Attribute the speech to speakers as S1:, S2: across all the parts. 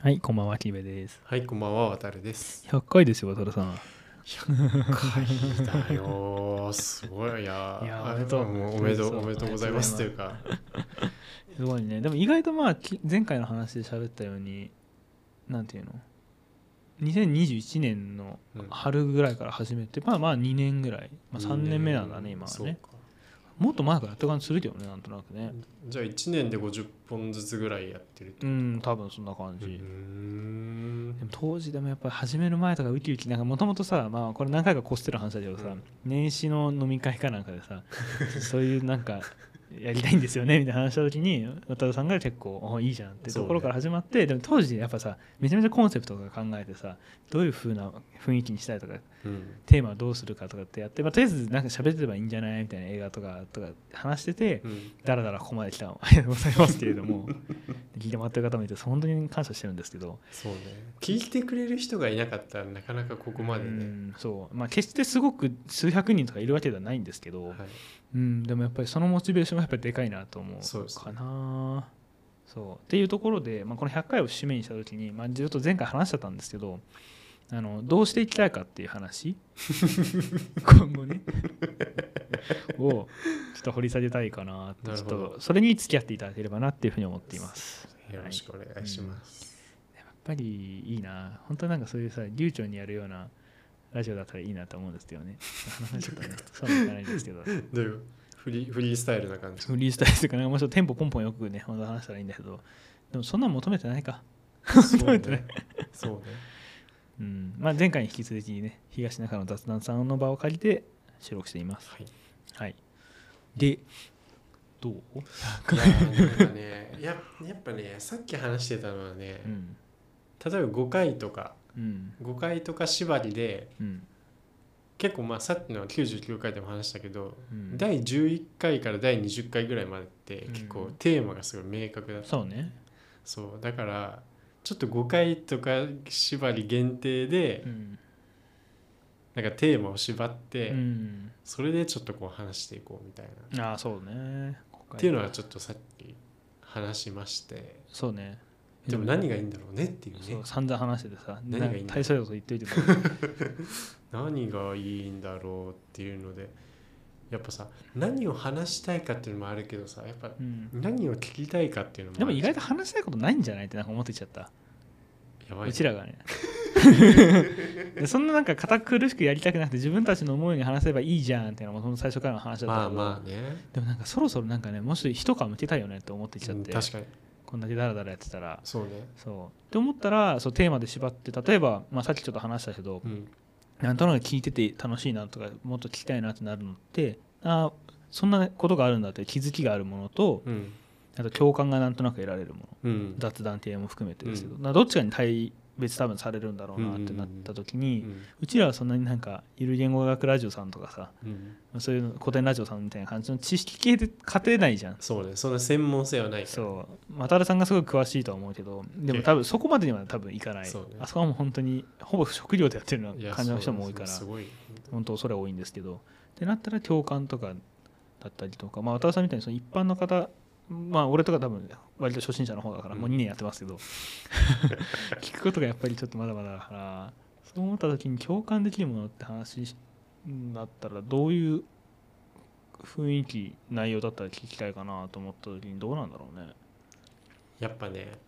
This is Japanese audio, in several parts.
S1: はい、こんばんは、キベです。
S2: はい、こんばんは、わたるです。
S1: 100回ですよ、渡るさん。
S2: 100回だよー。すごい。いやー、
S1: いやー
S2: あ
S1: おめでとう
S2: もおめでとう、
S1: お
S2: お
S1: め
S2: め
S1: でと
S2: でと
S1: う
S2: うございます
S1: あ
S2: と
S1: り
S2: い
S1: が
S2: うか、
S1: すごいね。でも意外とまあ、き前回の話で喋ったように、なんていうの ?2021 年の
S2: うん
S1: 春ぐらいから始めて、まあまあ2年ぐらい、まあ、3年目なんだね、
S2: うん
S1: 今は
S2: そう
S1: ね。
S2: か
S1: もっと前からやった感じするけどね、なんとなくね。
S2: じゃあ1年で50本ずつぐらいやってるっ
S1: う
S2: てこ
S1: ん、多分そんな感
S2: と
S1: じ。
S2: うーん
S1: でも当時でもやっぱり始める前とかウキウキなんかもともとさ、まあ、これ何回かこすってる話だけどさ、
S2: うん
S1: 年始の飲み会かなんかで さそういうなんかやりたいんですよねみたいな話した時に渡辺さんが結構おいいじゃんってところから始まって、でも当時やっぱさめちゃめちゃコンセプトとか考えてさどういう風な雰囲気にしたいとか
S2: うん
S1: テーマをどうするかとかってやって、まあ、とりあえずなんか喋ってればいいんじゃないみたいな映画とかとか話してて、
S2: うん
S1: だらだらここまで来た のありがとうございますけれども聞いてもらってる方もいて本当に感謝してるんですけど。
S2: そうね聞いてくれる人がいなかったらなかなかここまで
S1: う
S2: ね、
S1: んそうまあ決してすごく数百人とかいるわけではないんですけど、
S2: はい、
S1: うん、でもやっぱりそのモチベーションはやっぱりでかいなと思
S2: そう
S1: う
S2: ですね
S1: かなそうっていうところで、まあ、この100回を締めにした時に、まあ、ずっと前回話しちゃったんですけどあのどうしていきたいかっていう話 今後ねをちょっと掘り下げたいかなって
S2: な
S1: ち
S2: る
S1: ょっ
S2: ほど
S1: とそれに付き合っていただければなっていうふうに思っています
S2: よろしくお願いします、
S1: やっぱりいいな本当なんかそういうさ流暢にやるようなラジオだったらいいなと思うんですけどねちょっとね そうはいかないんですけど
S2: どういうフリーフリースタイルな 感じ
S1: フリースタイルというかねもうちょっとテンポポンポンよくね本当話したらいいんだけどでもそんなん求めてないか
S2: そう
S1: めてね
S2: ねそうね
S1: うんまあ前回に引き続きね東中の雑談さんの場を借りて収録しています
S2: はい
S1: はいでどう
S2: いやーなんかねややっぱねさっき話してたのはね、
S1: うん
S2: 例えば5回とか
S1: うん
S2: 5回とか縛りで
S1: うん
S2: 結構まあさっきの99回でも話したけど、
S1: うん
S2: 第11回から第20回ぐらいまでって
S1: うん
S2: 結構テーマがすごい明確だった、
S1: そうね
S2: そうだからちょっと5回とか縛り限定で
S1: うん、
S2: なんかテーマを縛って、
S1: うん、
S2: それでちょっとこう話していこうみたいな、っ
S1: ああそうねここから
S2: ていうのはちょっとさっき話しまして
S1: そうね
S2: でも何がいいんだろうねっていうね
S1: そう散々話しててさ
S2: 何がいいんだ
S1: 大層なこと言っといても
S2: 何がいいんだろうっていうのでやっぱさ何を話したいかっていうのもあるけどさやっぱ
S1: うん
S2: 何を聞きたいかっていうのも
S1: でも意外
S2: と
S1: と話したいことないんじゃないってなんか思ってきちゃった
S2: やばいう
S1: ちらが ねでそんななんか堅苦しくやりたくなくて自分たちの思うように話せばいいじゃんっていうのもその最初からの話だったけ
S2: まあ
S1: ど、
S2: まあね
S1: でもなんかそろそろなんかねもし一皮むけたいよねって思ってきちゃ
S2: う
S1: っ
S2: ん
S1: て
S2: 確かに
S1: こんだけダラダラやってたら
S2: そうね
S1: そうって思ったらそうテーマで縛って例えば、まあ、さっきちょっと話したけど、
S2: うん
S1: なんとなく聞いてて楽しいなとかもっと聞きたいなってなるのってああそんなことがあるんだって気づきがあるものと
S2: うん
S1: あと共感がなんとなく得られるもの
S2: うん
S1: 雑談系も含めてですけど、
S2: う
S1: などっちかに対別多分されるんだろうなってなった時に、
S2: う
S1: うんちらはそんなになんかゆる言語学ラジオさんとかさ
S2: うん
S1: そういうの古典ラジオさんみたいな感じの知識系で勝てないじゃん。
S2: そうねそんな専門性はないから
S1: そう渡るさんがすごい詳しいとは思うけどでも多分そこまでには多分いかない、
S2: そうね
S1: あそこはもう本当にほぼ職業でやってるよう
S2: い
S1: な
S2: や
S1: 感じの人も多いから
S2: そうすごい
S1: 本当それは多いんですけどってなったら共感とかだったりとかまあ渡辺さんみたいにその一般の方まあ俺とか多分割と初心者の方だからもう
S2: うん
S1: 2年やってますけど、 聞くことがやっぱりちょっとまだまだだからそう思った時に共感できるものって話になったらどういう雰囲気内容だったら聞きたいかなと思った時にどうなんだろうね。
S2: やっぱね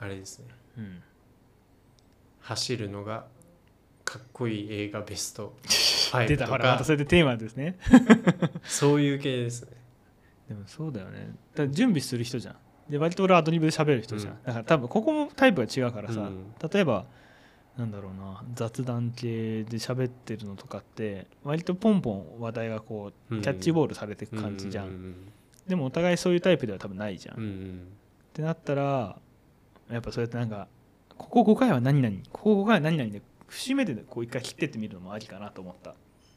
S2: あれですね
S1: うん、
S2: 走るのがかっこいい映画ベス ト5
S1: 出
S2: と
S1: た
S2: か
S1: ほらまたそれでテーマですね。
S2: そういう系ですね
S1: でもそうだよねだから準備する人じゃんで割と俺アドリブで喋る人じゃん、
S2: うん
S1: だから多分ここもタイプが違うからさ、
S2: うん
S1: 例えばなんだろうな雑談系で喋ってるのとかって割とポンポン話題がこう
S2: うん
S1: キャッチボールされてく感じじゃん、
S2: うん
S1: でもお互いそういうタイプでは多分ないじゃん、
S2: うんう
S1: っ
S2: んうん
S1: てなったらやっぱそうやってなんかここ5回は何々ここ5回は何々で節目でこう一回切ってってみるのもありかなと思った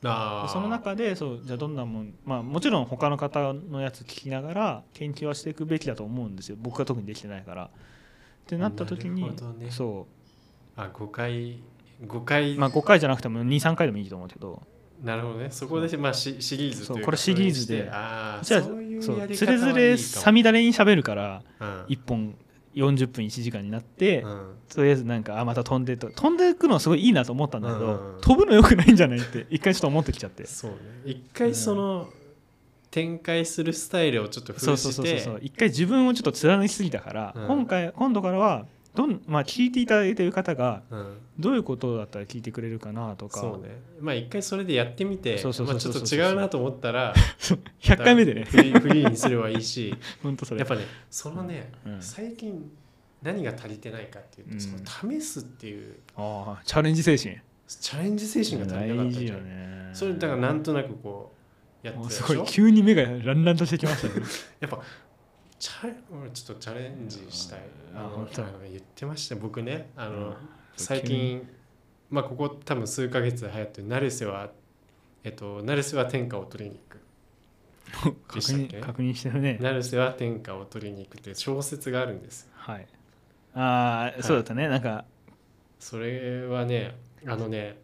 S2: あ
S1: で
S2: ー
S1: その中でそうじゃあどんなもん、まあ、もちろん他の方のやつ聞きながら研究はしていくべきだと思うんですよ僕が特にできてないから。ってなった時に
S2: なるほどね
S1: そ
S2: あ誤解誤解、
S1: う、まあ、5回じゃなくても23回でもいいと思うけど
S2: なるほどねそこでまあシシリーズというか
S1: そうこれシリーズで
S2: それにしてああ
S1: じゃあ
S2: そういう
S1: そ
S2: や
S1: う
S2: り
S1: つ
S2: 方
S1: れ
S2: はいいか
S1: づ
S2: も
S1: れさみだれに喋るから
S2: うん
S1: 1本40分1時間になって、
S2: うん
S1: とりあえずなんかあまた飛んでと飛んでいくのはすごいいいなと思ったんだけど、
S2: うん
S1: 飛ぶのよくないんじゃないって一回ちょっと思ってきちゃって
S2: そうね一回その展開するスタイルをちょっと
S1: そ
S2: 封
S1: うそう
S2: じ
S1: そうそう
S2: て
S1: そう一回自分をちょっと貫きすぎたから、
S2: うん
S1: 今回今度からはどん、まあ、聞いていただいてる方が
S2: うん
S1: どういうことだったら聞いてくれるかなとか
S2: そうねまあ一回それでやってみて
S1: そうそう
S2: ま
S1: そ
S2: あ
S1: う
S2: ち
S1: そ
S2: ょ
S1: う
S2: っと違うなと思っ たら
S1: 100回目でね
S2: フリーフリーにすればいいし
S1: 本 当それ
S2: やっぱねそのね、
S1: うん
S2: 最近何が足りてないかっていうと、
S1: うん
S2: その試すっていう
S1: ああチャレンジ精神
S2: チャレンジ精神が足りなか
S1: 大
S2: ったんじゃない
S1: 事よね
S2: それだからなんとなくこうやって
S1: も
S2: た
S1: う
S2: です
S1: ご
S2: し
S1: い
S2: ょ
S1: 急に目がランランとしてきました ね
S2: やっぱチャレ俺ちょっとチャレンジしたい
S1: うん
S2: あ
S1: あ
S2: の
S1: 本当
S2: あの言ってました僕ねあの、
S1: うん
S2: 最近まあここ多分数ヶ月で流行ってる「成瀬はえっと成瀬は天下を取りに行く」
S1: 確
S2: でしたっけ
S1: 認確認してるね
S2: 「成瀬は天下を取りに行く」っていう小説があるんです
S1: はいああそうだったねなんか
S2: それはねあのね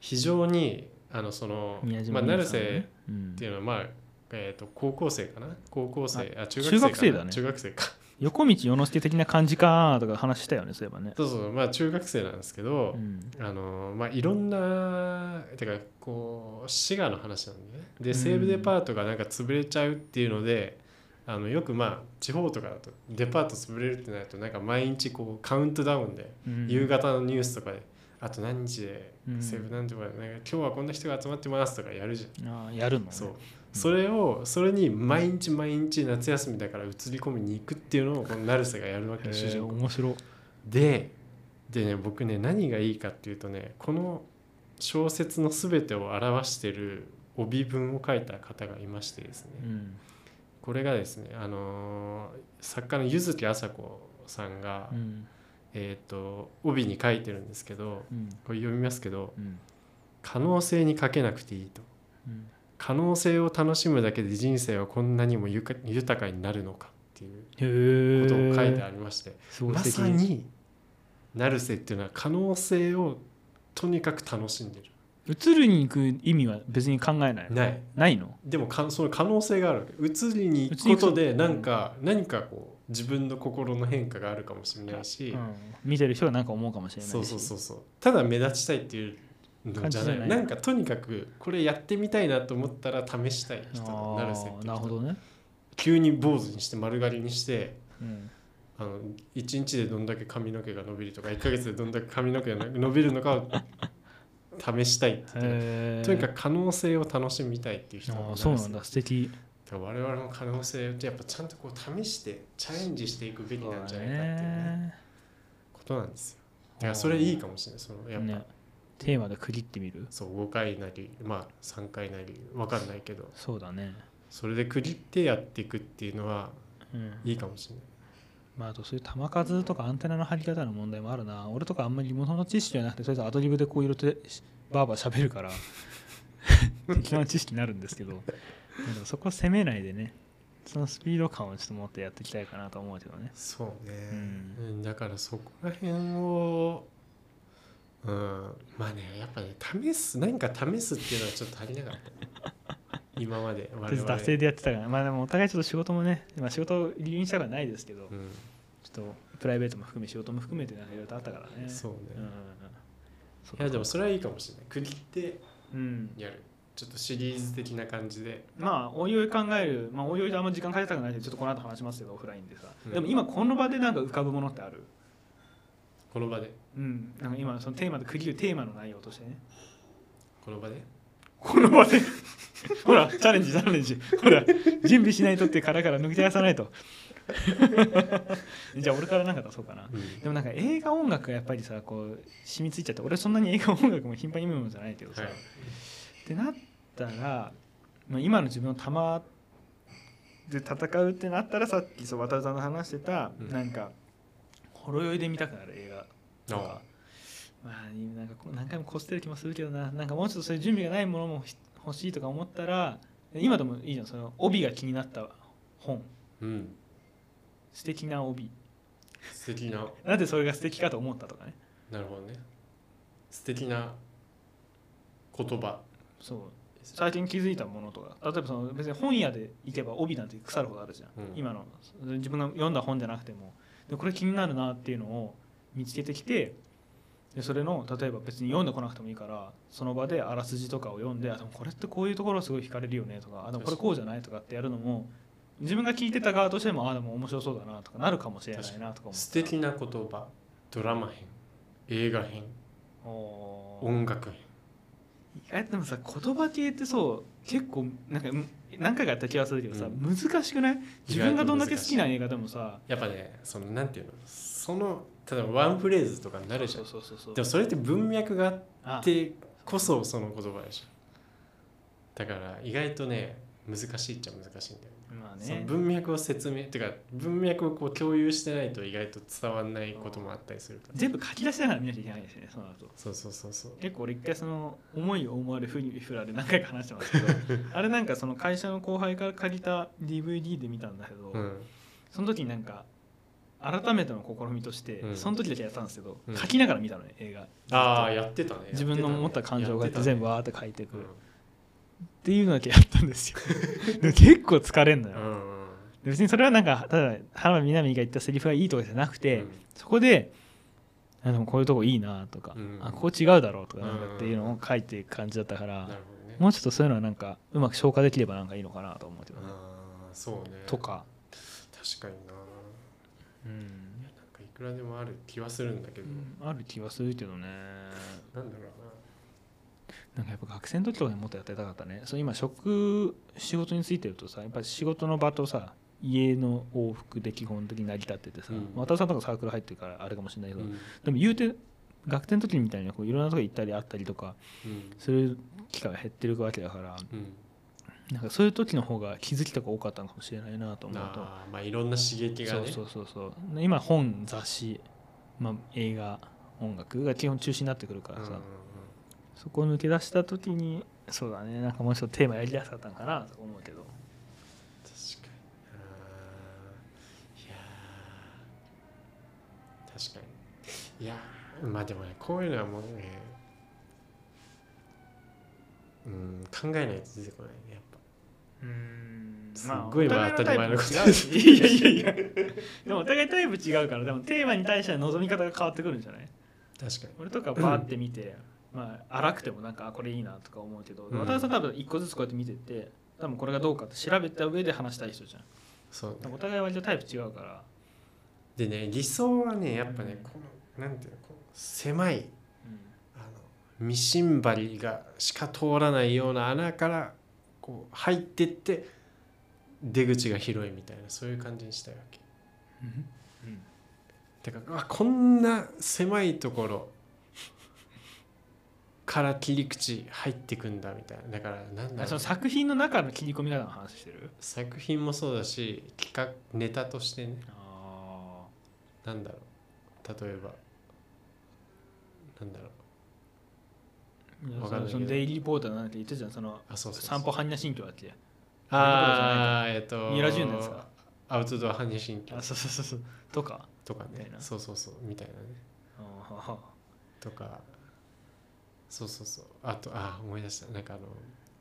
S2: 非常にあのその、
S1: 宮島
S2: まあ、成瀬
S1: うん
S2: っていうのはまあ、えー、と高校生かな高校生あ中
S1: 中学生
S2: かな
S1: だね
S2: 中学生か
S1: 横道世之助的な感じかとか話したよねそういえばね
S2: そうそうまあ中学生なんですけ
S1: う
S2: ど、
S1: ん
S2: あのまあいろんなてかこう滋賀の話なんでね
S1: う
S2: で
S1: ん
S2: 西武デパートがなんか潰れちゃうっていうので、あのよくまあ地方とかだとデパート潰れるってなるとなんか毎日こうカウントダウンで
S1: うん
S2: 夕方のニュースとかで、あと何日で
S1: うん
S2: 西武なんとかでなんか今日はこんな人が集まってますとかやるじゃん。
S1: ああやるのね
S2: そうそれをそれに毎日毎日夏休みだから移り込みに行くっていうのをこの成瀬がやるわけ
S1: へ
S2: で
S1: え
S2: 主人公
S1: 面白い
S2: ででね僕ね何がいいかっていうとねこの小説の全てを表してる帯文を書いた方がいましてですね、
S1: うん
S2: これがですね、あのー作家の柚木麻子さんが、
S1: うん
S2: えー、と帯に書いてるんですけど
S1: うん
S2: これ読みますけど
S1: うん
S2: 「可能性にかけなくていい」と。
S1: うん
S2: 可能性を楽しむだけで人生はこんなにもゆか豊かになるのかっていう
S1: へえ
S2: ことを書いてありまして、
S1: すごい
S2: ま
S1: 素敵
S2: さに成瀬っていうのは可能性をとにかく楽しんでる
S1: 移りに行く意味は別に考えないの
S2: ない
S1: ないの
S2: でもかその可能性があるわけ移りに行くことでなんか何かこう自分の心の変化があるかもしれないし、
S1: うん見てる人が何か思うかもしれないし
S2: そうそうそうそうただ目立ちたいっていうのじゃな
S1: 感じじ
S2: い
S1: ゃない
S2: なんかとにかくこれやってみたいなと思ったら試したい人
S1: あ
S2: 成瀬っていう
S1: ー
S2: 人
S1: なるほどね、
S2: 急に坊主にして丸刈りにして
S1: うん、
S2: あの1日でどんだけ髪の毛が伸びるとか1ヶ月でどんだけ髪の毛が伸びるのかを試したいって言って
S1: へー
S2: とにかく可能性を楽しみたいっていう人
S1: あ
S2: がい
S1: あ
S2: ます
S1: そうなんだ素敵
S2: だから我々も可能性をやっぱちゃんとこう試してチャレンジしていくべきなんじゃないかっていう、ね、
S1: ね
S2: ことなんですよだからそれいいかもしれないそのやっぱ、
S1: ねテーマで区切ってみる
S2: そう5回なりまあ3回なり分かんないけど
S1: そうだね
S2: それで区切ってやっていくっていうのは
S1: うん
S2: いいかもしれない
S1: まあ、あとそういう球数とかアンテナの張り方の問題もあるな俺とかあんまり物の知識じゃなくてとりあえずアドリブでこういろいろとしバーバー喋るから 適当な知識になるんですけどでもそこ攻めないでねそのスピード感をちょっと持ってやっていきたいかなと思うけどね
S2: そうね、
S1: う
S2: うん、だからそこら辺を、うん、まあねやっぱね試す何か試すっていうのはちょっと足りなかった今まで
S1: と
S2: 我
S1: りあえず
S2: 々
S1: 惰性でやってたからまあでもお互いちょっと仕事もね、まあ、仕事理由にしたからないですけど、
S2: う
S1: ちょ
S2: ん、
S1: っとプライベートも含め仕事も含めてなんかいろいろとあったからね
S2: そうね、
S1: うんうんうんそう
S2: いやでもそれはいいかもしれない区切って
S1: うん
S2: やるちょっとシリーズ的な感じで
S1: まあおいおい考える、まあ、おいおいであんま時間かけたくないけどちょっとこの後話しますけどオフラインでさ、
S2: うん
S1: でも今この場でなんか浮かぶものってある
S2: この場で
S1: うんなんか今そのテーマで区切るテーマの内容としてね
S2: この場で
S1: この場 でほらチャレンジチャレンジほら準備しないとって殻から抜き出さない とじゃあ俺からなんか出そうかな
S2: うん
S1: でもなんか映画音楽がやっぱりさこう染みついちゃって俺そんなに映画音楽も頻繁に見るものじゃないけどさ、
S2: はい
S1: ってなったら、まあ、今の自分の球で戦うってなったらさっきそう渡さんの話してた、
S2: うん
S1: なんかほろ酔いで見たくなる映画と
S2: あ
S1: かまあなんかこう何回もこすってる気もするけどななんかもうちょっとそういう準備がないものもひ欲しいとか思ったら今でもいいじゃんその帯が気になった本
S2: うん
S1: 素敵な帯
S2: 素敵な
S1: なぜそれが素敵かと思ったとかね
S2: なるほどね素敵な言葉
S1: そう最近気づいたものとか例えばその別に本屋で行けば帯なんて腐るほどあるじゃん、
S2: うん
S1: 今の自分が読んだ本じゃなくてもでこれ気になるなっていうのを見つけてきてでそれの例えば別に読んでこなくてもいいからその場であらすじとかを読んであでもこれってこういうところすごい惹かれるよねとかあでもこれこうじゃないとかってやるのも自分が聞いてた側としてもあでも面白そうだなとかなるかもしれないなとか思って
S2: 素敵な言葉ドラマ編映画編
S1: おー
S2: 音楽編
S1: 意外とでもさ言葉系ってそう結構なんかむ何回かやった気がするけどさ、
S2: う
S1: 難しくない自分がどんだけ好きな映画でもさ
S2: やっぱねそのなんていうのその例えばワンフレーズとかになるじゃん
S1: そうそうそうそう
S2: でもそれって文脈があ
S1: あ
S2: ってこそその言葉でしょだから意外とね難しいっちゃ難しいんだよね
S1: まあ
S2: その
S1: ね
S2: 文脈を説明っていうか文脈をこう共有してないと意外と伝わんないこともあったりするから
S1: 全部書き出しながら見なきゃいけないですねその後
S2: そうそうそうそう
S1: 結構俺一回その思いを思われふにふらで何回か話してますけ どあれなんかその会社の後輩から借りた DVD で見たんだけど、
S2: うん
S1: その時になんか改めての試みとして、
S2: うん
S1: その時だけやったんですけど、
S2: うん
S1: 書きながら見たのね映画
S2: ああやってたね
S1: 自分の思った感情がやって全部
S2: あ
S1: わーって書いていく
S2: うん
S1: っていうのだけやったんです よでも結構疲れんのよ、
S2: うんうん
S1: で別にそれはなんかただ浜みなみが言ったセリフがいいとかじゃなくて、
S2: うん
S1: そこであでもこういうとこいいなとか、
S2: うん
S1: あここ違うだろうとかなんかっていうのを書いていく感じだったから、
S2: なるほどね
S1: もうちょっとそういうのはなんかうまく消化できればなんかいいのかなと思うけどね、
S2: ああそうね
S1: とか、
S2: 確かにな
S1: うん
S2: なんかいくらでもある気はするんだけど、
S1: ある気はするけどね
S2: なんだろう
S1: な
S2: な
S1: んかやっぱ学生の時とかにもっとやってたかったねそう今職仕事についてるとさやっぱり仕事の場とさ家の往復で基本的に成り立っててさ、
S2: うん
S1: 渡辺さんとかサークル入ってるからあれかもしれないけど、
S2: うん
S1: でも言うて学生の時みたいにこういろんなとこ行ったり会ったりとか
S2: うん
S1: する機会が減ってるわけだから
S2: うん
S1: なんかそういう時の方が気づきとか多かったのかもしれないなと思うと、
S2: あーまあいろんな刺激が
S1: そ
S2: ね
S1: うそうそうそうで今本雑誌、まあ、映画音楽が基本中心になってくるからさ、
S2: うんうん
S1: そこを抜け出した時にそうだねなんかもうちょっとテーマやりやすかったのかなと思うけど
S2: 確かにあーいやー確かにいやーまあでもねこういうのはもうねうん考えないと出てこないねやっぱ
S1: うん
S2: すっごいまあ当たり前のこと
S1: いやいやいや でもお互いタイプ違うからでもテーマに対しての望み方が変わってくるんじゃない
S2: 確かに
S1: 俺とかバーって見て、まあ荒くてもなんかあこれいいなとか思うけど、
S2: うん
S1: 渡辺さん多分一個ずつこうやって見てって多分これがどうかって調べた上で話したい人じゃん
S2: そう
S1: でもお互い割とタイプ違うから
S2: でね理想はねやっぱね、
S1: うん
S2: このなんていうのこの狭い
S1: うん
S2: あのミシン針がしか通らないような穴からこう入ってって出口が広いみたいなそういう感じにしたいわけ
S1: うん
S2: てかあこんな狭いところから切り口入ってくんだみたいなだからなんだ
S1: あそ
S2: ろ
S1: の
S2: う
S1: 作品の中の切り込み方の話してる
S2: 作品もそうだし企画ネタとしてね
S1: あ
S2: なんだろう例えばなんだろうわかんないけど
S1: そのデイリーポーターなんて言ってたじゃんその
S2: あそうそうそう
S1: 散歩般若心経だっけ
S2: ああえっと
S1: 三浦淳ですか
S2: アウトドア般若心経
S1: あそうそうそうそうとか
S2: とか
S1: みた
S2: ね
S1: いな
S2: そうそうそうみたいなね
S1: あ
S2: とかそうそうそうあとあ思い出したなんかあの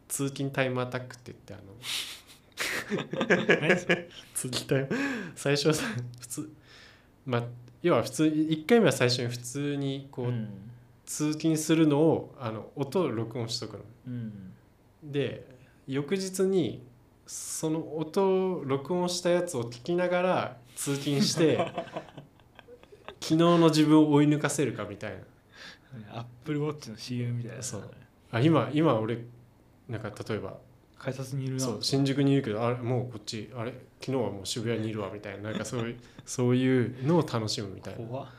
S2: 通勤タイムアタックって言ってあの
S1: ー何それ
S2: 通勤タイム最初はさ普通まあ要は普通1回目は最初に普通にこう、
S1: うん
S2: 通勤するのをあの音を録音しとくの
S1: うん
S2: で翌日にその音を録音したやつを聞きながら通勤して 昨日の自分を追い抜かせるかみたいな
S1: アップルウォッチの CM みたいな
S2: そうあ今今俺なんか例えば
S1: 改札にいるな
S2: そう新宿にいるけどあれもうこっちあれ昨日はもう渋谷にいるわみたいななんかそういう そういうのを楽しむみたいな
S1: 怖っ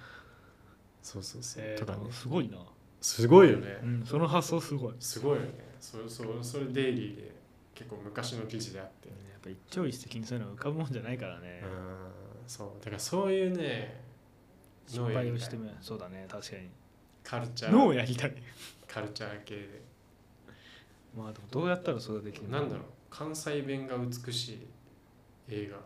S2: そうそうそう、
S1: えー
S2: とかね
S1: すごいな、
S2: すごいよね
S1: うん、その発想すごい
S2: すごいよねそれそれそれデイリーで結構昔の記事であって
S1: やっぱ一朝一夕にそういうのは浮かぶもんじゃないからね
S2: う、んそうだからそういうね
S1: 失敗をしてもそうだね確かに
S2: カルチャ
S1: 脳を
S2: ー
S1: やりたい
S2: カルチャー系で
S1: まあでもどうやったらそれができる
S2: なんだろう関西弁が美しい映画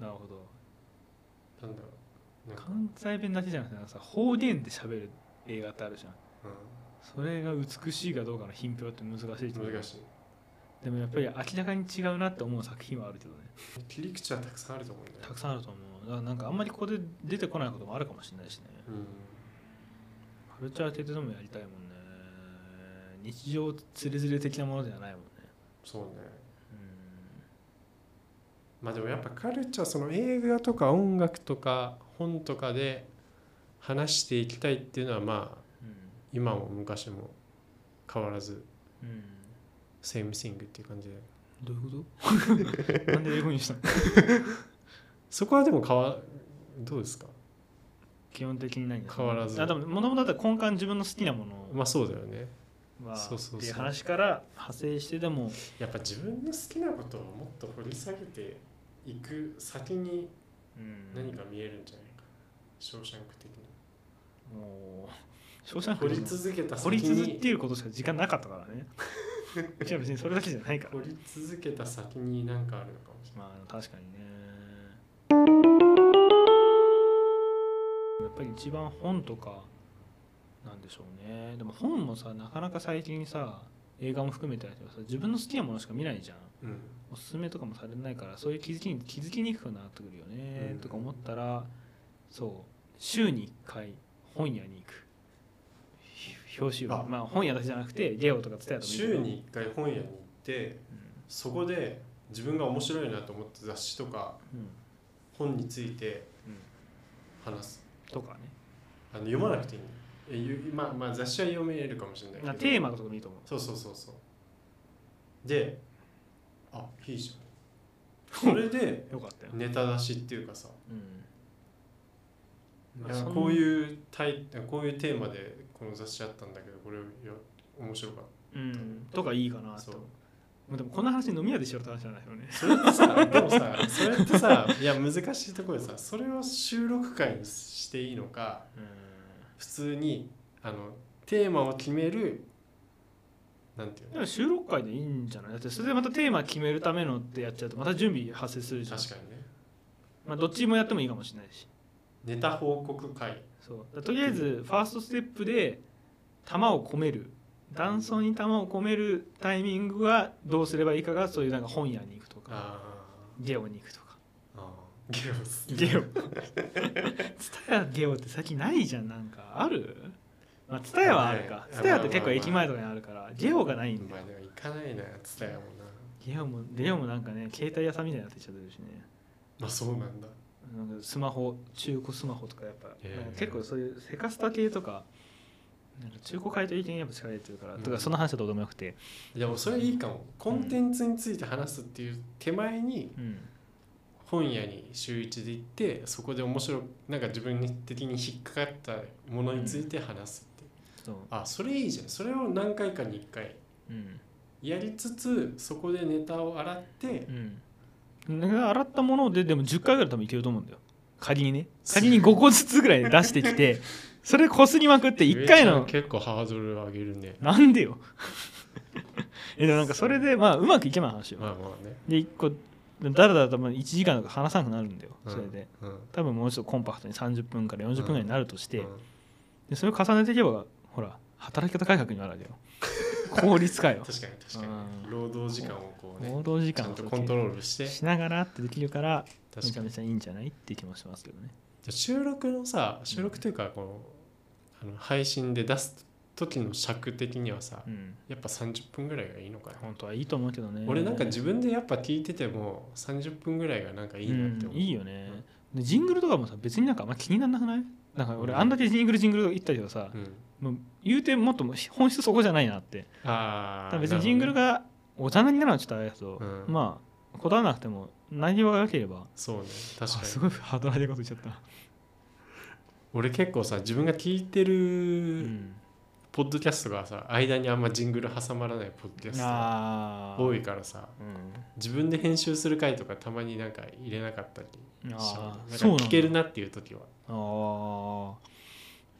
S1: うんなるほど
S2: なんだろうなんか、
S1: 関西弁だけじゃなくてなんかさ方言で喋る映画ってあるじゃんそれが美しいかどうかの品評って難しいけど
S2: うん、難しい
S1: でもやっぱり明らかに違うなって思う作品はあるけどね
S2: 切り口はたくさんあると思うんだよ
S1: たくさんあると思うだからなんかあんまりここで出てこないこともあるかもしれないしね
S2: うん
S1: カルチャーテテノムやりたいもんね日常つれづれ的なものではないもんね
S2: そうね
S1: うん
S2: まあでもやっぱカルチャーその映画とか音楽とか本とかで話していきたいっていうのはまあ今も昔も変わらず
S1: うんうん
S2: セームシングっていう感じで
S1: どういうこと なんで英語にしたの
S2: そこはでも変わどうですか
S1: 基本的に何
S2: 変わらず
S1: あでももともとだって根幹自分の好きなもの
S2: まあそうだよね
S1: は
S2: そうそうそう
S1: っていう話から派生してでも
S2: やっぱ自分の好きなことをもっと掘り下げていく先に
S1: うん
S2: 何か見えるんじゃないか「ショーシャンク」的に
S1: もう正直
S2: 掘り続けた
S1: 掘
S2: 先
S1: り続
S2: に
S1: けることしか時間なかったから ねじゃあ別にそれだけじゃないから
S2: 掘り続けた先に何かあるのかもしれない
S1: まあ確かにねやっぱり一番本とかなんでしょうねでも本もさなかなか最近さ映画も含めてだけどさ自分の好きなものしか見ないじゃん
S2: うん
S1: おすすめとかもされないからそういう気づきに気づきにくくなってくるよね、
S2: うん
S1: とか思ったらそう週に1回本屋に行くひ表紙を
S2: あ
S1: まあ本屋だけじゃなくてゲオとか伝えたいいけど
S2: 週に1回本屋に行ってそこで自分が面白いなと思った雑誌とか
S1: うんうん
S2: 本について
S1: うん
S2: 話す
S1: とかね
S2: あの読まなくていいのえゆまあまあ雑誌は読めるかもしれないけ
S1: まあ
S2: ど
S1: テーマとかでもいいと思う
S2: そうそうそうそうであいい じゃんそれで
S1: よかったよ、
S2: ネタ出しっていうかさ
S1: うん
S2: い
S1: まあ
S2: や
S1: そん
S2: こういうタイこういうテーマでこの雑誌あったんだけどこれよ面白かっ
S1: うん、とかいいかな
S2: たそ
S1: と
S2: う
S1: まあでもこんな話飲み屋でしろって話じゃないよね
S2: それってさでもさ それってさいや難しいところでさそれを収録会にしていいのか普通にあのテーマを決めるなんていう
S1: で
S2: の
S1: も収録会でいいんじゃないだってそれでまたテーマ決めるためのってやっちゃうとまた準備発生するじゃん
S2: 確かにね
S1: まあ、どっちもやってもいいかもしれないし
S2: ネタ報告会
S1: そうだからとりあえずファーストステップで弾を込める断層に弾を込めるタイミングはどうすればいいかがそういうなんか本屋に行くとか
S2: あ
S1: ゲオに行くとか
S2: ーあーゲロス
S1: ゲオ蔦屋ゲオって最近ないじゃんなんかあるまあ蔦屋はある
S2: な
S1: か
S2: い
S1: 蔦屋って結構駅前とかにあるからゲオがないんだ
S2: まあ
S1: よ
S2: でも行かないなやつだよもんな
S1: ゲオもゲオもなんかね携帯屋さんみたいになってきちゃってるしね
S2: まあそうなんだ
S1: なんかスマホ中古スマホとかやっぱ、
S2: ええ
S1: なんか結構そういうセカスタ系とかなんか中古買いと意見やっぱ近いってるから、
S2: うん
S1: とかその話はどうでもよくて、
S2: いやもうそれいいかもコンテンツについて話すっていう手前に
S1: うん、
S2: 本屋に週一で行ってそこで面白いなんか自分的に引っかかったものについて話すっていう、
S1: そう、
S2: あそれいいじゃんそれを何回かに1回
S1: うん
S2: やりつつそこでネタを洗って
S1: うん、なんか洗ったものででも10回ぐらい多分いけると思うんだよ仮にね仮に5個ずつぐらい出してきてそれこすりまくって1回の
S2: 結構ハードル上げるね
S1: なんでよえでもなんかそれでまあうまくいけばの話よ、
S2: まあまあね
S1: で1個だらだら多分1時間とか話さなくなるんだよ
S2: うん
S1: それで、
S2: うん
S1: 多分もうちょっとコンパクトに30分から40分ぐらいになるとして、
S2: うん
S1: でそれを重ねていけばほら働き方改革になるわけよ効率化よ
S2: 確かに確か
S1: う
S2: に
S1: ん
S2: 労働時間をこうね
S1: 労働時
S2: ちゃ
S1: 間
S2: ん
S1: を
S2: とコントロールして
S1: しながらってできるからめ
S2: 確
S1: ち
S2: か
S1: ゃ
S2: に
S1: めちゃいいんじゃないって気もしますけどね
S2: 収録のさ収録というかこうあの配信で出す時の尺的にはさ
S1: うん
S2: やっぱ30分ぐらいがいいのかな
S1: 本当はいいと思うけどね
S2: 俺なんか自分でやっぱ聞いてても30分ぐらいがなんかいいなって思う、
S1: うんいいよね、でジングルとかもさ別になんかあんま気にならなくないなんか俺
S2: うん
S1: あんだけジングルジングル言ったけどさ、
S2: うん
S1: もう言うてもっとも本質そこじゃないなって
S2: あ
S1: だか
S2: あ
S1: ら別にジングルがおざなりになるのはちょっとあれだけど、
S2: うん
S1: まあこだわらなくても内容が良ければ
S2: そうね確か
S1: あす
S2: に
S1: ごいハードル上げること言っちゃっ
S2: 俺結構さ自分が聞いて
S1: た、
S2: るポッドキャストがさ間にあんまジングル挟まらないポッドキャストが
S1: あー
S2: 多いからさ
S1: う
S2: 自分で編集する回とかたまになんか入れなかったり
S1: ん、
S2: しちゃ
S1: あ
S2: う
S1: あ
S2: なん
S1: そうなん
S2: か
S1: だ
S2: 聞けるなっていう時は
S1: あー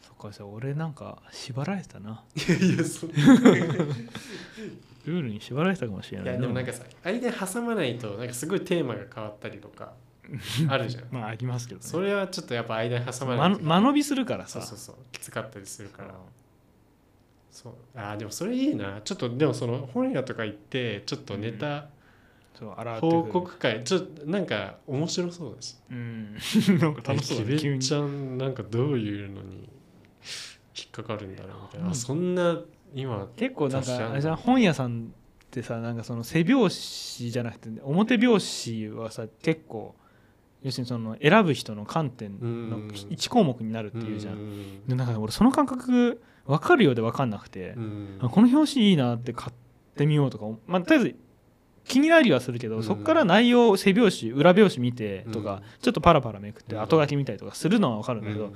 S1: そっかじゃあ俺なんか縛られてたない
S2: やいやそんな
S1: ルールに縛られてたかもしれ
S2: い
S1: ない
S2: やでもなんかさ間に挟まないとなんかすごいテーマが変わったりとかあるじゃ ん
S1: まあありますけどね
S2: それはちょっとやっぱ間に挟ま
S1: ま
S2: ないと
S1: 間延びするからさ
S2: そうそうそうきつかったりするからそうあーでもそれいいなちょっとでもその本屋とか行ってちょっとネタ
S1: そう洗ってくる
S2: 報告会ちょっとなんか面白そうだし
S1: うん なんか楽しそうだ
S2: え
S1: ね
S2: キ
S1: 急
S2: ベ
S1: に
S2: ちゃんなんかどういうのに引っかかるんだろうみたいな、
S1: うん
S2: あそんな今
S1: 結構なん
S2: 雑誌あん
S1: か
S2: の
S1: あれじゃん本屋さんってさなんかその背表紙じゃなくて表表紙はさ結構要するにその選ぶ人の観点の
S2: うん
S1: 1項目になるっていうじゃん、
S2: ん
S1: でなんか俺その感覚分かるようで分かんなくて
S2: う、ん
S1: あこの表紙いいなって買ってみようとか、まあ、とりあえず気になりはするけど、
S2: うん
S1: そこから内容を背表紙裏表紙見てとか、
S2: うん
S1: ちょっとパラパラめくって
S2: うん
S1: 後書き見たりとかするのは分かるんだけど、
S2: うん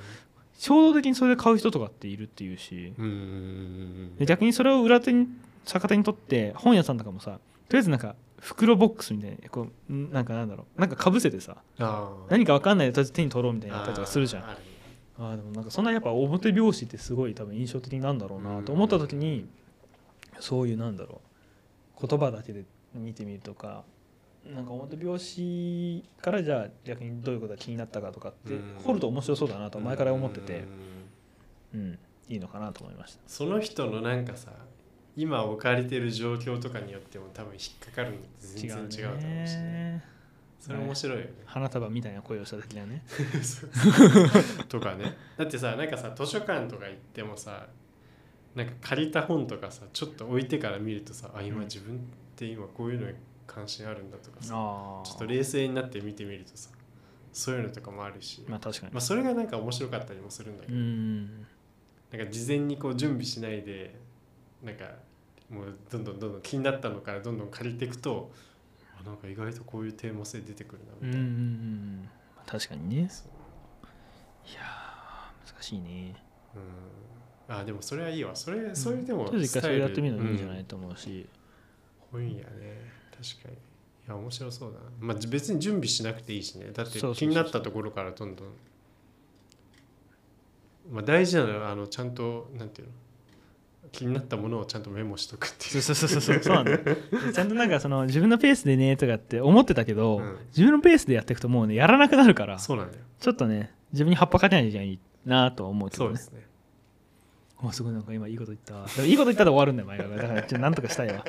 S1: 衝動的にそれで買う人とかっているっていうし、
S2: うん
S1: で逆にそれを裏手に逆手にとって本屋さんとかもさとりあえずなんか袋ボックスみたいなこうんなんかなんだろうなんかかぶせてさ
S2: あー
S1: 何か分かんないでとりあえず手に取ろうみたいなやったりとかするじゃん
S2: あー
S1: あ
S2: あ
S1: ーで
S2: る
S1: もなんかそんなやっぱ表拍子ってすごい多分印象的なんだろうなと思った時にそういうなんだろう言葉だけで見てみるとかなんか表拍子からじゃあ逆にどういうことが気になったかとかって
S2: うん
S1: 掘ると面白そうだなと前から思って
S2: う
S1: て
S2: ん、
S1: うん、いいのかなと思いました。
S2: その人のなんかさ今置かれてる状況とかによっても多分引っかかるのって全然違うと思うしね
S1: ね
S2: それ面白 いよね
S1: 花束みたいな声をした時だよね。
S2: とかねだってさなんかさ図書館とか行ってもさなんか借りた本とかさちょっと置いてから見るとさあ
S1: うん
S2: 今自分って今こういうのに関心あるんだとかさ
S1: あ
S2: ちょっ
S1: あ
S2: と。冷静になって見てみるとさそういうのとかもあるし、ま
S1: まあ確かに
S2: あ、。それがなんか面白かったりもするんだけ
S1: う
S2: ど、
S1: ん。
S2: なんか事前にこう準備しないでなんかもうどんどんどんどん気になったのからどんどん借りていくとあなんか意外とこういうテーマ性出てくるなみ
S1: う
S2: たい
S1: んう
S2: な。
S1: ん。確かにね。いや
S2: そう
S1: ー難しいね。
S2: うんあでもそれはいいわそれそれでも
S1: とりあえず一回それやってみるのいいんじゃ
S2: う
S1: なんいと思うし。
S2: 本やね確かにいや面白そうだな、まあ、じ別に準備しなくていいしねだって
S1: そうそうそう
S2: 気になったところからどんどんまあ、大事なのはあのちゃんとなんていうの気になったものをちゃんとメモしとくって
S1: そ
S2: いうう
S1: そうそう そうそうなんだよ。ちゃんとなんかその自分のペースでねとかって思ってたけど、
S2: うん
S1: 自分のペースでやっていくともうねやらなくなるから、ち
S2: そうなんだよ
S1: ょっとね自分に葉っぱかけないといけないなとは思うけ
S2: そ
S1: ど
S2: うで
S1: ね。
S2: すね
S1: おすごいなんか今いいこと言ったわ。でもいいこと言ったら終わるんだよ前から。だからちょっとなんとかしたいわ。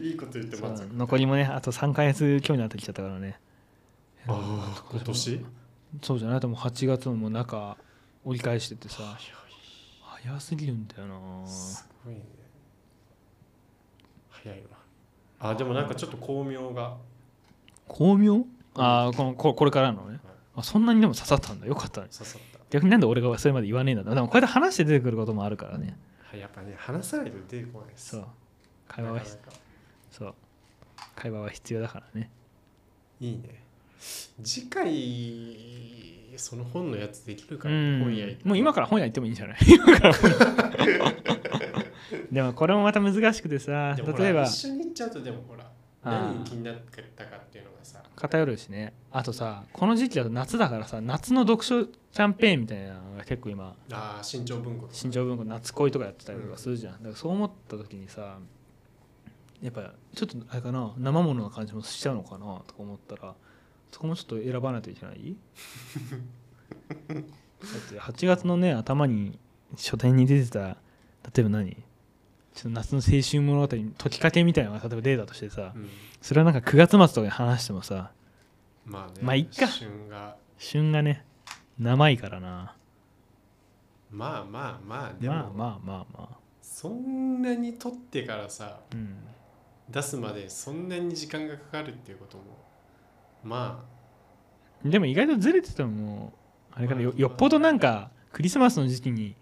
S2: いいこと言って
S1: そう
S2: ます
S1: 残りもねあと3ヶ月今日になってきちゃったからね
S2: ああ今年
S1: そうじゃないともう8月のもう中折り返してってさ早すぎるんだよな
S2: すごいね早いわあでもなんかちょっと巧妙が
S1: 巧妙ああこのここれからのねあそんなにでも刺さったんだよかったね
S2: 刺さった
S1: 逆になんで俺がそれまで言わねえんだろうでもこうやって話して出てくることもあるからね
S2: はいやっぱね話さないと出てこないです
S1: そう会話は
S2: なかなか
S1: そう会話は必要だからね
S2: いいね次回その本のやつできるか
S1: う
S2: ら、
S1: ん
S2: 本屋行って
S1: もう今から本屋行ってもいいんじゃない今から本屋 でもこれもまた難しくてさ
S2: でもほら
S1: 例えば
S2: 一緒に行っちゃうとでもほら
S1: あー
S2: 何に気になったかっていうのがさ
S1: 偏るしねあとさこの時期だと夏だからさ夏の読書キャンペーンみたいなのが結構今
S2: ああ新潮文庫とか
S1: 新潮文庫夏恋とかやってたりとかするじゃん、だからそう思った時にさやっぱちょっとあれかな生ものな感じもしちゃうのかなとか思ったらそこもちょっと選ばないといけないだって8月のね頭に書店に出てた例えば何ちょっと夏の青春物語に解きかけみたいなのが例えばデータとしてさ
S2: うん
S1: それはなんか9月末とかに話してもさ
S2: まあね
S1: まあいっか
S2: 旬が
S1: 旬がね生いからな
S2: まあまあまあでも、
S1: まあまあまあまあ
S2: そんなに取ってからさ
S1: うん
S2: 出すまでそんなに時間がかかるっていうこともまあ
S1: でも意外とずれててもあれかなよ
S2: まあ
S1: よっぽどなんかクリスマスの時期に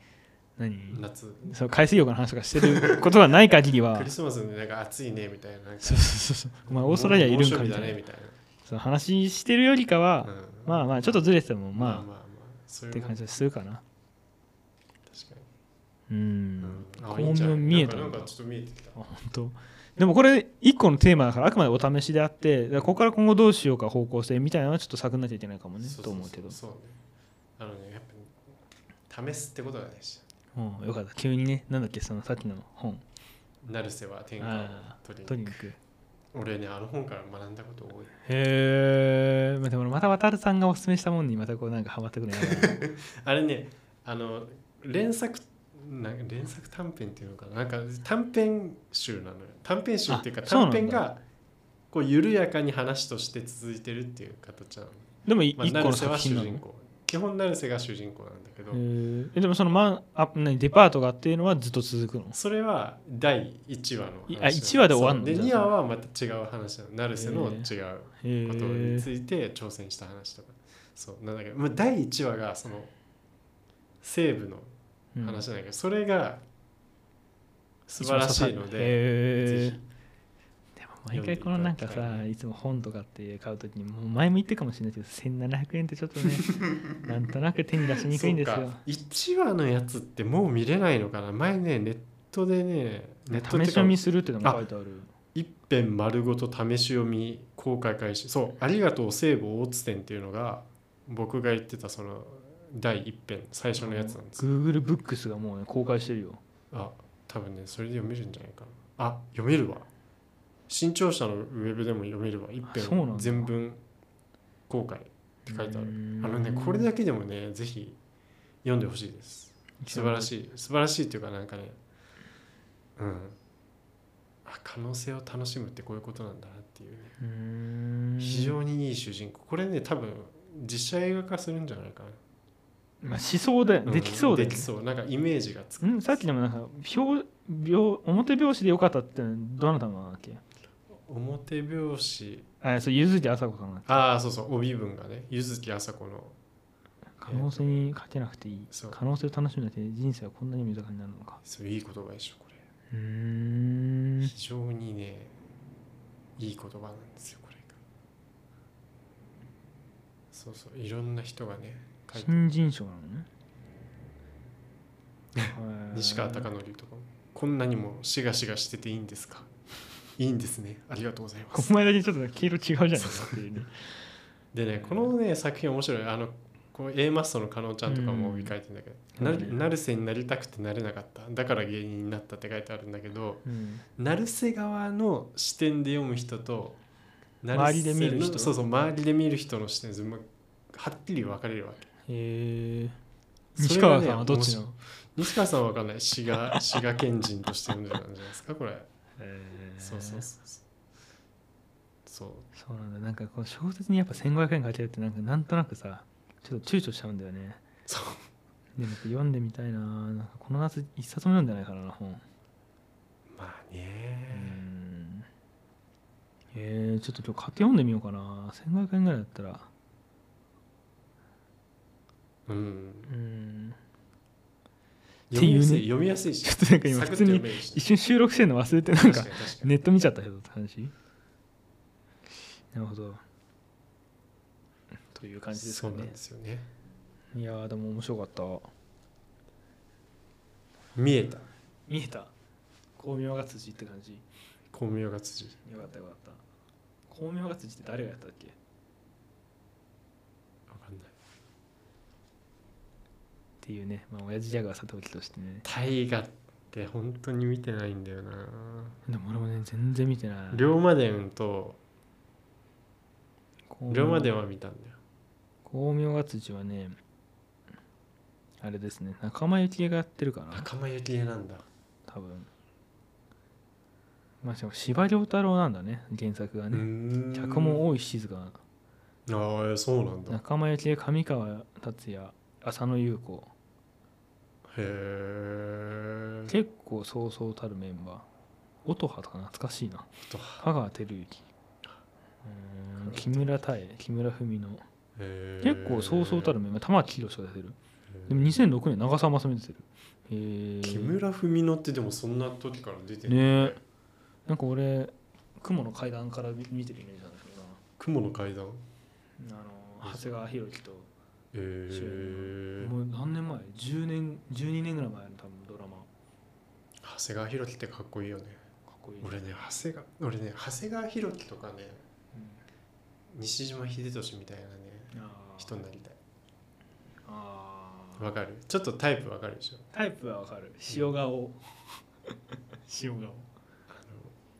S1: 何
S2: 夏
S1: その海水浴の話とかしてることがない限りは
S2: クリスマスでなんか暑いねみたいななんか
S1: そうそうそうそうお前オーストラリアいるんか
S2: 猛暑
S1: みた
S2: 日だ
S1: いな、
S2: ねみたいな
S1: その話してるよりかは、
S2: うん
S1: まあまあちょっとずれてても
S2: まあまあ
S1: まあ
S2: まあそう
S1: っ
S2: いう
S1: て
S2: の
S1: 感
S2: 確か
S1: じはするかなうん、
S2: に、あ
S1: こ
S2: いいんじゃ
S1: う
S2: ない
S1: 見えた
S2: な
S1: の
S2: ん
S1: か
S2: かなんかちょっと見えてきた
S1: あ本当でもこれ一個のテーマだからあくまでお試しであってだからここから今後どうしようか方向性みたいなのはちょっと探んなきゃいけないかもね
S2: そそ
S1: と思うけど
S2: そうねあのねやっぱ試すってことが大事
S1: うん、よかった急にねなんだっけそのさっきの本
S2: なるせは天下
S1: あ
S2: を取り
S1: 取
S2: に
S1: りに行くへ
S2: 俺ねあの本から学んだこと多い
S1: えまあでもまた渡るさんがおすすめしたもんにまたこうなんかハマってくるな
S2: あれねあの連作なんか連作短編っていうのかななんか短編集なのよ短編集っていうか
S1: あそうなんだ
S2: 短編がこう緩やかに話として続いてるっていう形なの、
S1: でもい
S2: まあ、
S1: 一個
S2: 成
S1: の
S2: 瀬
S1: 作
S2: は主
S1: 品なの、
S2: 人公基本成瀬が主人公なんだけど、
S1: へーえでもそのマンあ何デパートがっていうのはずっと続くの
S2: それは第1話の話
S1: いあ一話で終わんの
S2: そうで
S1: じ
S2: 2
S1: ゃあ
S2: 話はまた違う話なの成瀬の違う
S1: へ
S2: ことに
S1: ー
S2: ついて挑戦した話とか、そうなんだけど、まあ、第1話がその西部の
S1: うん
S2: 話なんだけど、それが素晴らしいので、
S1: へ
S2: ぜひ
S1: ーでも毎回このなんか
S2: 読んでいただき
S1: さ
S2: た
S1: いつも本とかって買うときにもう前も言ってるかもしれないけど1700円ってちょっ とねなんとなく手に出しにくいんです
S2: そう
S1: よ
S2: か1話のやつってもう見れないのかな前ねネットでねネットっ
S1: 試し
S2: てか
S1: 読みするってのも書いてある
S2: 一遍丸ごと試し読み公開開始そう「ありがとう聖母大津店」っていうのが僕が言ってたその第一編最初のやつなんですよ
S1: Google ブックスがもうね公開してるよ
S2: あ多分ねそれで読めるんじゃないかなあ読めるわ新潮社のウェブでも読めるわ一
S1: あそうなん
S2: 編
S1: だ
S2: 全文公開って書いてあるあのねこれだけでもねぜひ読んでほしいです素晴ら
S1: い
S2: しい素晴らしいっていうかなんかねうんあ可能性を楽しむってこういうことなんだなっていうね非常にいい主人公これね多分実写映画化するんじゃないか
S1: まあしそうだよ
S2: な
S1: できそうだ
S2: で
S1: よね
S2: きそうなんかイメージがつく
S1: うんさっきでもなんか表表表表紙でよかったってどなたのなんだっけ
S2: 表拍子
S1: あそうゆずきあさこさんなんだ
S2: ああそうそう帯文がね柚木あさこの
S1: 可能性にかけなくていい
S2: そう
S1: 可能性を楽しむだけで人生はこんなにも豊かになるのか
S2: そういい言葉でしょこれ
S1: うーん
S2: 非常にねいい言葉なんですよこれがそうそういろんな人がね書いて
S1: 新人賞なのねへー
S2: 西川貴教とかもこんなにもしがしがしてていいんですか いいんですねありがとうございます
S1: お前だけちょっと黄色違うじゃないですかって いうね
S2: でねこのね作品面白いあのこう A マストの加納ちゃんとかも帯書いてんだけ
S1: うん
S2: ど、な
S1: そうだ
S2: る
S1: ね
S2: 成瀬になりたくてなれなかっただから芸人になったって書いてあるんだけど
S1: うん
S2: 成瀬側の視点で読む人と
S1: 周りで見る人
S2: 成瀬のそうそう周りで見る人の視点ずはっきり分かれるわけ
S1: へえ
S2: そ
S1: 西
S2: れが
S1: 川
S2: ね
S1: さんはどっち
S2: 面
S1: の
S2: 西川さんは分かんない滋賀滋賀県人として読んでたんじゃないですかこれそうそうそうそうそう
S1: そうなんだなんかこう小説にやっぱ1500円かけるってなんかなんとなくさちょっと躊躇しちゃうんだよね
S2: そう
S1: でもやっぱ読んでみたいななんかこの夏一冊も読んでないからな本
S2: まあ
S1: う
S2: ね
S1: んえー、ちょっと今日買って読んでみようかな1500円ぐらいだったら
S2: うん
S1: うんて
S2: 読み
S1: いうね
S2: やすい読みやすいし
S1: ちょっとなんか今
S2: サク
S1: 普通
S2: ッと
S1: に
S2: 読めるし
S1: 一瞬収録してるの忘れてなん
S2: 確か
S1: か
S2: に確かに
S1: ネット見ちゃったけどって話なるほどという感じですか
S2: そうなん
S1: ね
S2: ですよね
S1: いやーでも面白かった
S2: 見えた
S1: 見えた巧妙が辻って感じ
S2: 巧妙が辻
S1: よかったよかった巧妙が辻って誰がやったっけ
S2: わかんない
S1: っていうね、まあ、親父ギャグはさておきとしてね
S2: 大河って本当に見てないんだよな
S1: でも俺もね全然見てない
S2: 龍馬伝と
S1: 巧妙
S2: 龍馬伝は見たんだよ
S1: 巧妙が辻はねあれですね仲間由紀恵がやってるかな
S2: 仲間由紀恵なんだ
S1: 多分まあしかも司馬遼太郎なんだね原作が
S2: う
S1: ね
S2: ーん
S1: 脚本多い静か
S2: ああそうなんだへ
S1: 仲間由紀恵上川達也浅野ゆう子
S2: え
S1: 結構そうそうたるメンバー音羽とか懐かしいな
S2: 音
S1: 香川照之うーん木村太江木村文乃結構そうそうたるメンバー玉木宏が出てるでも2006年長澤まさみ出てるへー
S2: 木村文乃ってでもそんな時から出てる
S1: ねえなんか俺雲の階段から見見てるイメージなんだけど
S2: 雲の階段
S1: なあの長谷川博己と
S2: へえ
S1: もう何年前10年12年ぐらい前の多分ドラマ
S2: 長谷川博己ってかっこいいよね
S1: かっこいい、
S2: 俺ね長谷川俺ね長谷川博己とかね西島秀俊みたいなね
S1: うんあー
S2: 人になりたい
S1: あー
S2: わかるちょっとタイプわかるでしょ
S1: タイプはわかる塩 顔塩顔
S2: あの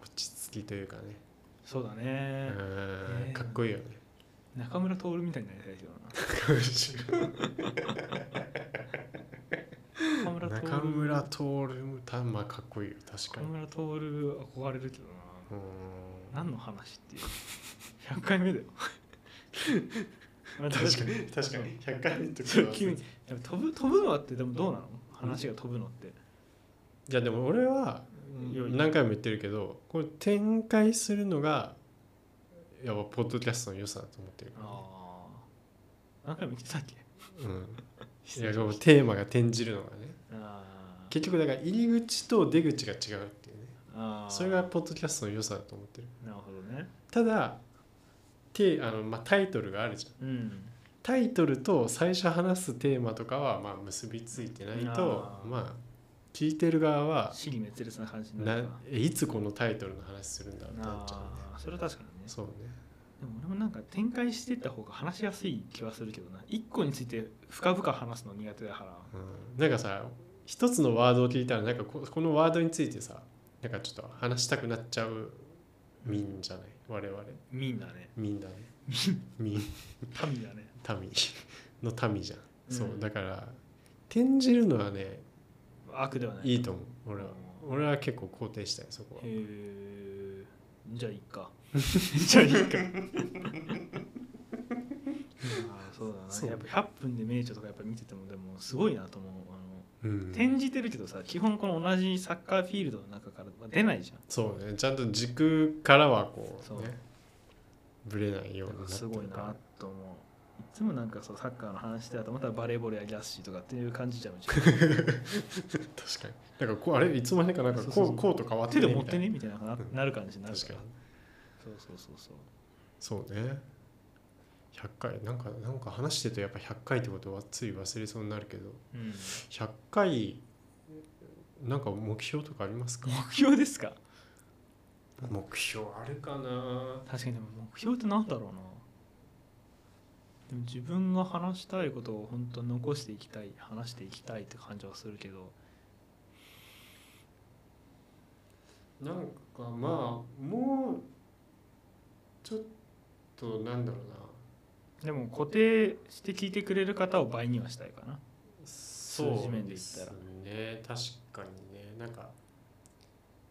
S2: 落ち着きというかね
S1: そうだね、
S2: うーんかっこいいよね
S1: 中村徹みたいになりたいけどな中村村徹
S2: 中村徹もたまあかっこいいよ確か
S1: 中
S2: に
S1: 村徹憧れるけど
S2: う
S1: な、
S2: ん
S1: 何の話っていう100回目だよ確
S2: 確かに 確かに100回目とかは
S1: 君でも飛ぶ飛ぶのってでもどうなの話が飛ぶのって、
S2: いやでも俺は
S1: うん
S2: 何回も言ってるけどこれ展開するのがやっぱポッドキャストの良さだと思ってるから
S1: ああ何回も言ってたっけ
S2: うん、いやでもテーマが転じるのがね
S1: あー
S2: 結局だから入り口と出口が違うっていうね
S1: あー
S2: それがポッドキャストの良さだと思ってる
S1: なるほどね
S2: ただてあの、まあ、タイトルがあるじゃん
S1: うん
S2: タイトルと最初話すテーマとかはまあ結びついてないと
S1: あー
S2: まあ聞いてる側は
S1: 死に滅裂な感じにな
S2: な
S1: るか
S2: えいつこのタイトルの話するんだろうってなっちゃうね
S1: ああそれは確かにね
S2: そうね
S1: でも俺もなんか展開していった方が話しやすい気はするけどな一個について深々話すの苦手だから
S2: うん、なんかさ一つのワードを聞いたらなんかここのワードについてさなんかちょっと話したくなっちゃう民じゃない我々
S1: みんなね
S2: 民だね民
S1: 民だね
S2: 民の民じゃん、そう
S1: うん
S2: だから転じるのはね
S1: 悪ではない
S2: い
S1: へ
S2: いと思う俺は俺は結構肯定したいそこは
S1: えじゃあいいか じゃあいいかああそうだ
S2: そ
S1: な
S2: う
S1: やっぱ100分で名著とかやっぱ見ててもでもすごいなと思うあの
S2: うん
S1: 転じてるけどさ基本この同じサッカーフィールドの中からは出ないじゃん
S2: そうねちゃんと軸からはこ
S1: そうう
S2: ねぶれないようになってる
S1: す ごい
S2: から
S1: なと思ういつもなんかそうサッカーの話だと思ったらバレーボールやギャッシーとかっていう感じじゃんうち
S2: 確かにだからこうあれいつまでかなんかこう
S1: そうそうそう
S2: コート変わって
S1: 手
S2: ね
S1: で持
S2: みたい
S1: っ
S2: な
S1: てねみたいなな
S2: うん
S1: なる感じになる
S2: 確
S1: か
S2: からに
S1: そうそうそうそう
S2: そうね100回なんかなんか話してるとやっぱ100回ってことはつい忘れそうになるけど
S1: うん
S2: 100回なんか目標とかありますか
S1: 目標ですか
S2: 目標あるかな
S1: 確かにでも目標ってなんだろうなでも自分が話したいことを本当残していきたい話していきたいって感じはするけど
S2: なんかまあもうちょっとなんだろうな
S1: でも固定して聞いてくれる方を倍にはしたいかな
S2: そう
S1: 数字面で
S2: で
S1: 言った
S2: す
S1: ら
S2: ね確かにねなんか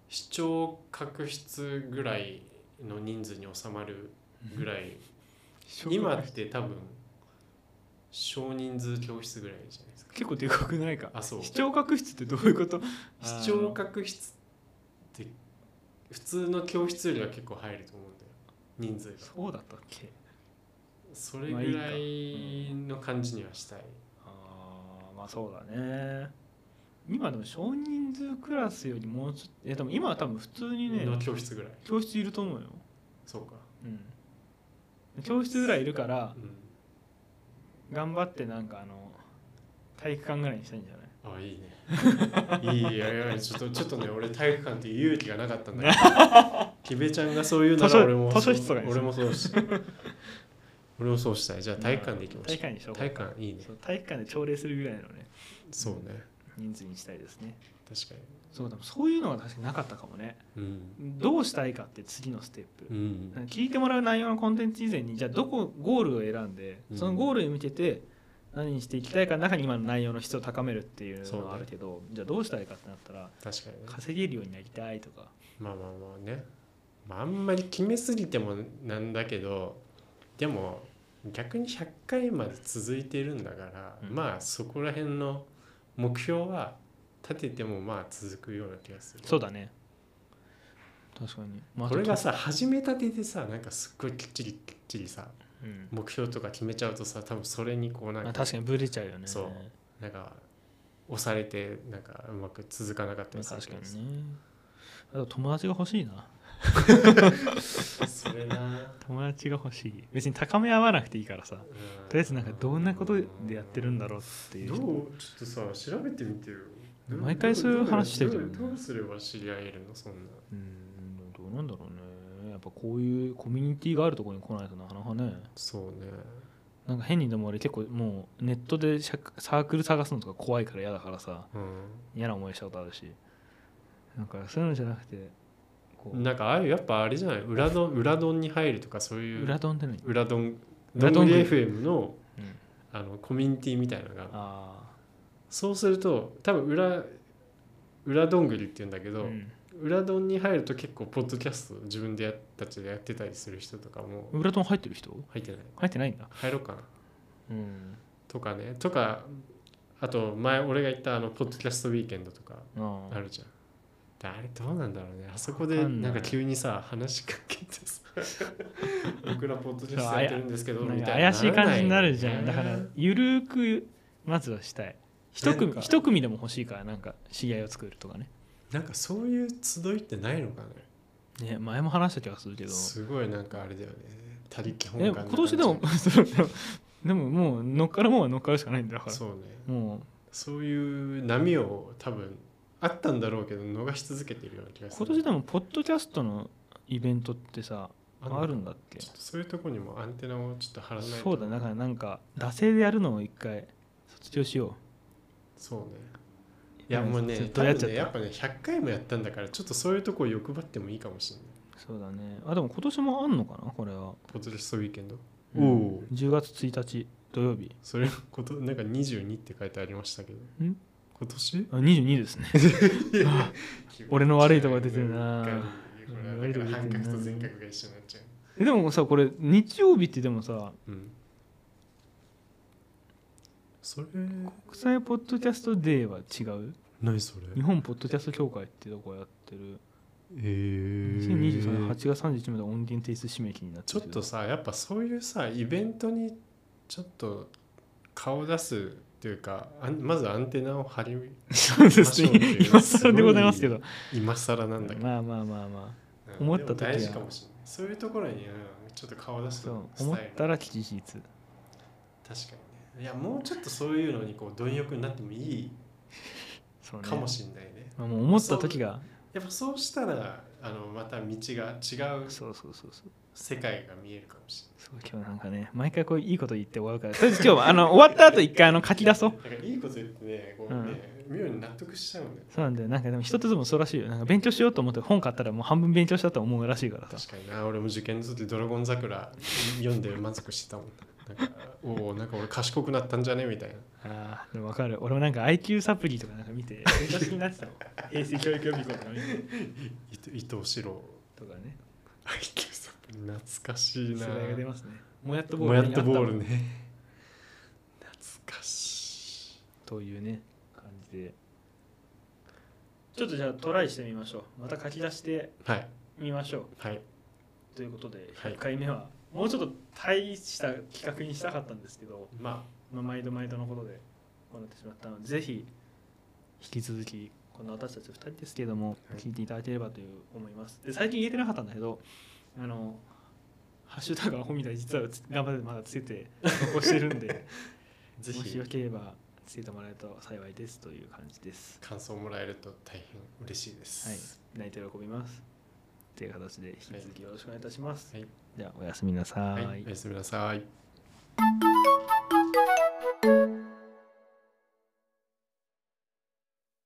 S2: 視聴確執ぐらいの人数に収まるぐらい 今って多分少人数教室ぐらいじゃないですか
S1: 結構でかくないか
S2: あそう
S1: 視聴覚室ってどういうこと
S2: 視聴覚室って普通の教室よりは結構入ると思うんだよ人数が
S1: そうだったっけ
S2: それぐらいの感じにはしたい
S1: あーまあそうだね今でも少人数クラスよりもうちょっとえでも今は多分普通にね
S2: の教室ぐらい
S1: 教室いると思うよ、
S2: そうか
S1: うん、教室ぐらいいるから
S2: うん
S1: 頑張ってなんかあの体育館ぐらいにしたいんじゃない
S2: あいいね いいいやいやちょっとちょっとね俺体育館っていう勇気がなかったんだ けどキベちゃんがそういうな
S1: 図書
S2: ら俺も
S1: 図書室とかにす
S2: 俺
S1: る
S2: もそうし俺もそうしたいじゃあ体育館で行きま
S1: 体
S2: し
S1: 育館にし
S2: ょ
S1: よ
S2: う
S1: う
S2: 体育館いいね
S1: そう体育館で朝礼するぐらいのね
S2: そうね
S1: 人数にしたいですね
S2: 確か
S1: そうでもそういうのが確かになかったかもね
S2: にうん
S1: どうしたいかって次のステップ
S2: うん
S1: 聞いてもらう内容のコンテンツ以前にじゃあどこゴールを選んで
S2: うん
S1: そのゴールに向けて何にしていきたいかの中に今の内容の質を高めるっていう
S2: そう
S1: の
S2: ね
S1: はあるけど、じゃあどうしたいかってなったら
S2: 確かにね
S1: 稼げるようになりたいとか
S2: まあまあまあね、まあ、あんまり決めすぎてもなんだけどでも逆に100回まで続いてるんだから、
S1: うん
S2: まあそこら辺の目標は立ててもまあ続くような気がする
S1: そうだね確かに、ま
S2: これがさ始めたてでさなんかすっごいきっちりきっちりさ
S1: うん
S2: 目標とか決めちゃうとさ多分それにこうな
S1: ま
S2: んか,、
S1: あ、確かにブレちゃうよね
S2: そうなんか押されてなんかうまく続かなかった
S1: まあ
S2: りす
S1: 確
S2: るけ
S1: か
S2: どさ
S1: にねあと友達が欲しいな
S2: それな
S1: 友達が欲しい別に高め合わなくていいからさ
S2: と
S1: とりあえずなんかどんなことでやってるんだろうっていう
S2: どう
S1: 人
S2: ちょっとさ調べてみてよ
S1: 毎回そういう話してるけどね
S2: どうどうすれば知り合えるのそんな
S1: うーんどうなんだろうねやっぱこういうコミュニティがあるところに来ないとなかなかね
S2: そうね
S1: なんか変にでも俺結構もうネットでしゃサークル探すのとか怖いから嫌だからさ嫌な思いしたことあるしなんかそういうのじゃなくてこ
S2: うん
S1: う
S2: なんかああいうやっぱあれじゃない裏丼裏丼に入るとかそういう
S1: 裏ドンって何、うん、
S2: 裏丼
S1: 裏
S2: 裏
S1: 丼
S2: 丼 FM のあのコミュニティみたいなのが
S1: あ
S2: そうすると多分裏裏どんぐりって言うんだけ
S1: う
S2: ど、
S1: ん
S2: 裏どんに入ると結構ポッドキャスト自分でやったちでやってたりする人とかも
S1: ウラトン入ってる人
S2: 入ってない
S1: 入ってないんだ。
S2: 入ろうかな
S1: うん。
S2: とかねとかあと前俺が言ったあのポッドキャストウィーケンドとか
S1: あ
S2: あ
S1: あ
S2: るじゃんであれどうなんだろうねあそこ
S1: わ
S2: で
S1: かんな
S2: ないんか急にさ話しかけて さ僕らポッドキャストやってるんですけど
S1: なん
S2: み
S1: か
S2: たいな
S1: 怪しい感じになるじゃん。
S2: な
S1: だ
S2: ら
S1: か
S2: ないよ
S1: ら
S2: ね、
S1: ゆるーく、まずはしたい。一組
S2: なんか
S1: 一組でも欲しいから、なんか、知り合いを作るとかね。
S2: なんかそういう集いってないのかね
S1: ね、前も話した気がするけど。
S2: すごいなんかあれだよね他力本
S1: え
S2: 願な
S1: 今
S2: 感
S1: 年
S2: じ
S1: でも そうでもでももう乗っかるもんは乗っかるしかないんだから
S2: そうね
S1: もう
S2: そういう波を多分あったんだろうけど逃し続けてるような気がする
S1: 今年でもポッドキャストのイベントってさ
S2: んの
S1: あるんだっけ
S2: ちょっとそういうとこにもアンテナをちょっと張らないと
S1: そうだねだからなんか惰性でやるのを一回卒業しよ
S2: そうねいや
S1: うん
S2: もうね
S1: ずっと
S2: 多
S1: やっちゃった
S2: 分ねやっぱね100回もやったんだからちょっとそういうとこ欲張ってもいいかもしれないう
S1: そうだねあでも今年もあんのかなこれは、
S2: ポッドキャストウィーケンド
S1: うん
S2: おう
S1: 10月1日土曜日
S2: それことなんか22って書いてありましたけど
S1: ん
S2: 今年
S1: あ22です ね 俺の悪いとこ出てるな
S2: これはだから半角と全角が一緒になっちゃう
S1: えでもさこれ日曜日ってでもさ
S2: うんそれ
S1: 国際ポッドキャストデーは違う
S2: 何それ
S1: 日本ポッドキャスト協会ってとこやってる
S2: えー
S1: 2023年8月31日まで音源提出締め切りになって
S2: ちょ
S1: る
S2: っとさやっぱそういうさイベントにちょっと顔出すっていうかあんまずアンテナを張り
S1: そうです
S2: まあそう
S1: ね
S2: ですね
S1: 今更でございますけど
S2: 今更なんだけど、
S1: まあまあまあま
S2: うん
S1: 思った時は
S2: でも大事かもしれないそういうところに、うんちょっと顔出
S1: あ
S2: す
S1: そう
S2: ス
S1: 思
S2: タ
S1: っ
S2: イル確
S1: た
S2: から
S1: 吉日
S2: にねいやもうちょっとそういうのにこう貪欲になってもいい
S1: そうね
S2: かもしれないね
S1: まあもう思った時が
S2: やっぱそうしたらあのまた道が違う
S1: そうそうそうそう
S2: 世界が見えるかもし
S1: そう今日なんかね毎回こういいこと言って終わるからとりあえず 今日はあの終わった後一回あの書き出そう
S2: れないだからいいこと言ってねこうね、妙に納得しちゃうんだよ
S1: そうなんだよなんかでも人とでもそうらしいよなんか勉強しようと思って本買ったらもう半分勉強したと思うらしいからさ
S2: 確かにな俺も受験の時「ドラゴン桜」読んで満足してたもんなんかおおなんか俺賢くなったんじゃねみたいな
S1: あーでも分かる俺もなんか IQ サプリとかなんか見 て勉強しになってたもん平成教育予備校と か見て
S2: 伊藤伊藤四郎
S1: とかね
S2: IQ サプリ懐かしいな
S1: 世代が出ますねもやっとボー
S2: も
S1: ル
S2: や
S1: に
S2: っ
S1: あた
S2: と
S1: もん
S2: ボールね懐かしい
S1: というね感じでちょっとじゃあトライしてみましょうまた書き出して
S2: はい
S1: みましょう
S2: はい
S1: ということで
S2: はい
S1: 100回目は、もうちょっと大した企画にしたかったんですけど、
S2: ま
S1: まあ、毎度毎度のことでこうなってしまったのでぜひ引き続きこの私たち2人ですけれども
S2: はい
S1: 聞いていただければという思いますで最近言えてなかったんだけどあのハッシュタグアホみたい実はつ頑張ってまだつけて残してるんで
S2: あ ぜ
S1: もし
S2: ひ
S1: よければつけてもらえると幸いですという感じです
S2: 感想もらえると大変嬉しいです、
S1: はい、泣いて喜びます。という形で引き続きよろしくお願いいたします。
S2: はい
S1: じゃあおやすみなさ
S2: はい、おやすみなさい。
S1: い